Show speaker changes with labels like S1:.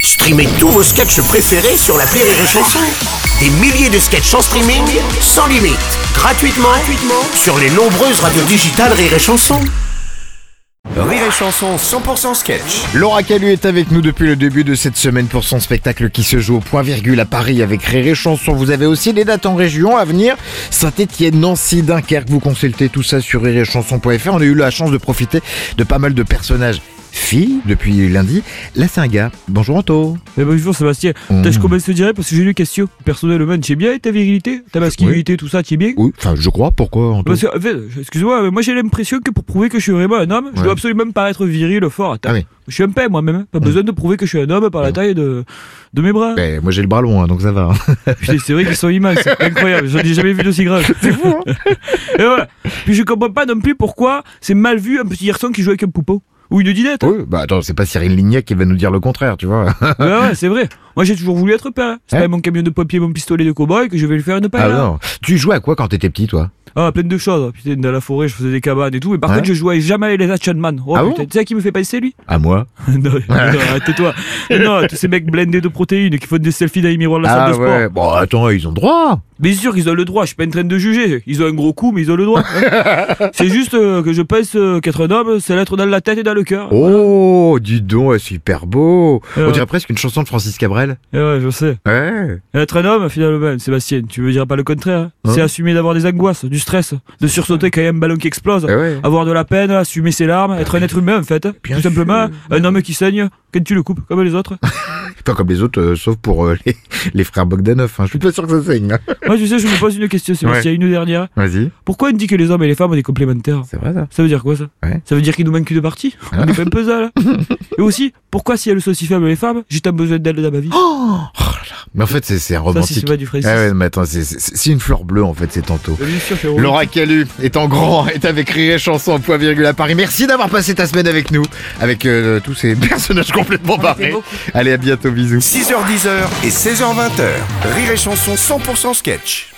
S1: Streamez tous vos sketchs préférés sur la Rire et Chanson. Des milliers de sketchs en streaming, sans limite, gratuitement, gratuitement sur les nombreuses radios digitales Rire et Chanson. Rire et Chanson 100% sketch.
S2: Laura Calu est avec nous depuis le début de cette semaine pour son spectacle qui se joue au point virgule à Paris avec Réré Chanson. Vous avez aussi des dates en région à venir. Saint-Etienne, Nancy, Dunkerque. Vous consultez tout ça sur rirechanson.fr. On a eu la chance de profiter de pas mal de personnages filles depuis lundi. Là, c'est un gars. Bonjour Anto.
S3: Eh ben, bonjour Sébastien,
S2: Mmh.
S3: t'as je comment je te dirais parce que j'ai lu Cassio. Personnellement, tu sais bien ta virilité, ta masculinité, tout ça, tu sais bien.
S2: Oui, enfin, je crois. Pourquoi Anto
S3: Parce que, en fait, excuse-moi, mais moi j'ai l'impression que pour prouver que je suis vraiment un homme, je
S2: Ouais.
S3: dois absolument me paraître viril, fort. Attends,
S2: Ah oui. Mmh.
S3: Je suis un paix moi-même, hein. pas besoin de prouver que je suis un homme par la taille de, de mes bras.
S2: Ben, moi j'ai le bras long, hein, donc ça va. hein.
S3: Putain, c'est vrai qu'ils sont immenses, c'est incroyable, j'en ai jamais vu d'aussi grave. C'est fou,
S2: hein.
S3: Et voilà. Puis je comprends pas non plus pourquoi c'est mal vu un petit garçon qui joue avec un poupeau. Ou une dinette.
S2: oui, bah attends, c'est pas Cyril Lignac qui va nous dire le contraire, tu vois.
S3: Ouais, ouais, c'est vrai. Moi j'ai toujours voulu être pain. C'est
S2: Hein
S3: pas mon camion de papier, mon pistolet de cow-boy que je vais le faire une paille. hein.
S2: Ah non. Tu jouais à quoi quand t'étais petit, toi
S3: Ah, plein de choses. Putain, dans la forêt, je faisais des cabanes et tout. Mais par
S2: Ouais.
S3: contre, je jouais jamais à les Action Man. Oh,
S2: Ah
S3: putain,
S2: bon
S3: tu sais à qui me fait passer, lui
S2: À moi
S3: Non, non, arrête-toi. Non, tous ces mecs blindés de protéines qui font des selfies dans les miroirs de
S2: Ah,
S3: la salle de sport.
S2: Bon, attends, ils ont droit.
S3: Bien sûr qu'ils ont le droit, je suis pas en train de juger. Ils ont un gros coup, mais ils ont le droit. hein. c'est juste euh, que je pense euh, qu'être un homme, c'est l'être dans la tête et dans le cœur.
S2: Oh, dis donc, c'est hyper beau.
S3: Euh,
S2: On dirait presque une chanson de Francis Cabrel.
S3: Eh ouais, je sais.
S2: Ouais.
S3: Être un homme, finalement, Sébastien, tu me diras pas le contraire. hein.
S2: Hein
S3: C'est assumer d'avoir des angoisses, du stress, de sursauter quand il y a un ballon qui explose.
S2: Eh ouais.
S3: Avoir de la peine, assumer ses larmes, être un être humain en fait. hein.
S2: Bien
S3: Tout
S2: sûr.
S3: simplement, un homme qui saigne, quand tu le coupes, comme les autres.
S2: Pas comme les autres, euh, sauf pour euh, les, les frères Bogdanov. hein. Je suis pas sûr que ça saigne. hein.
S3: Moi, tu sais, je me pose une question, Sébastien, une dernière.
S2: Vas-y.
S3: Pourquoi on dit que les hommes et les femmes ont des complémentaires
S2: C'est vrai, ça.
S3: Ça veut dire quoi ça
S2: Ouais. Ah.
S3: Ça veut dire qu'il nous manque une partie On est pas un puzzle. là. Et aussi, pourquoi si elles sont si faibles les femmes, j'ai tant besoin d'elles dans ma vie
S2: Oh Mais en fait, c'est- c'est un
S3: Ça, si c'est
S2: romantique.
S3: pas du Francis.
S2: Ah ouais, mais attends, c'est- c'est c'est une fleur bleue, en fait, c'est tantôt.
S3: Bien sûr, frérot.
S2: Laura Calu est en grand, est avec Rire et Chanson, point virgule à Paris. Merci d'avoir passé ta semaine avec nous, avec euh, tous ces personnages complètement barrés.
S3: Ah, beaucoup.
S2: Allez, à bientôt, bisous.
S1: 6h10 et 16h20. Rire et Chanson 100% sketch.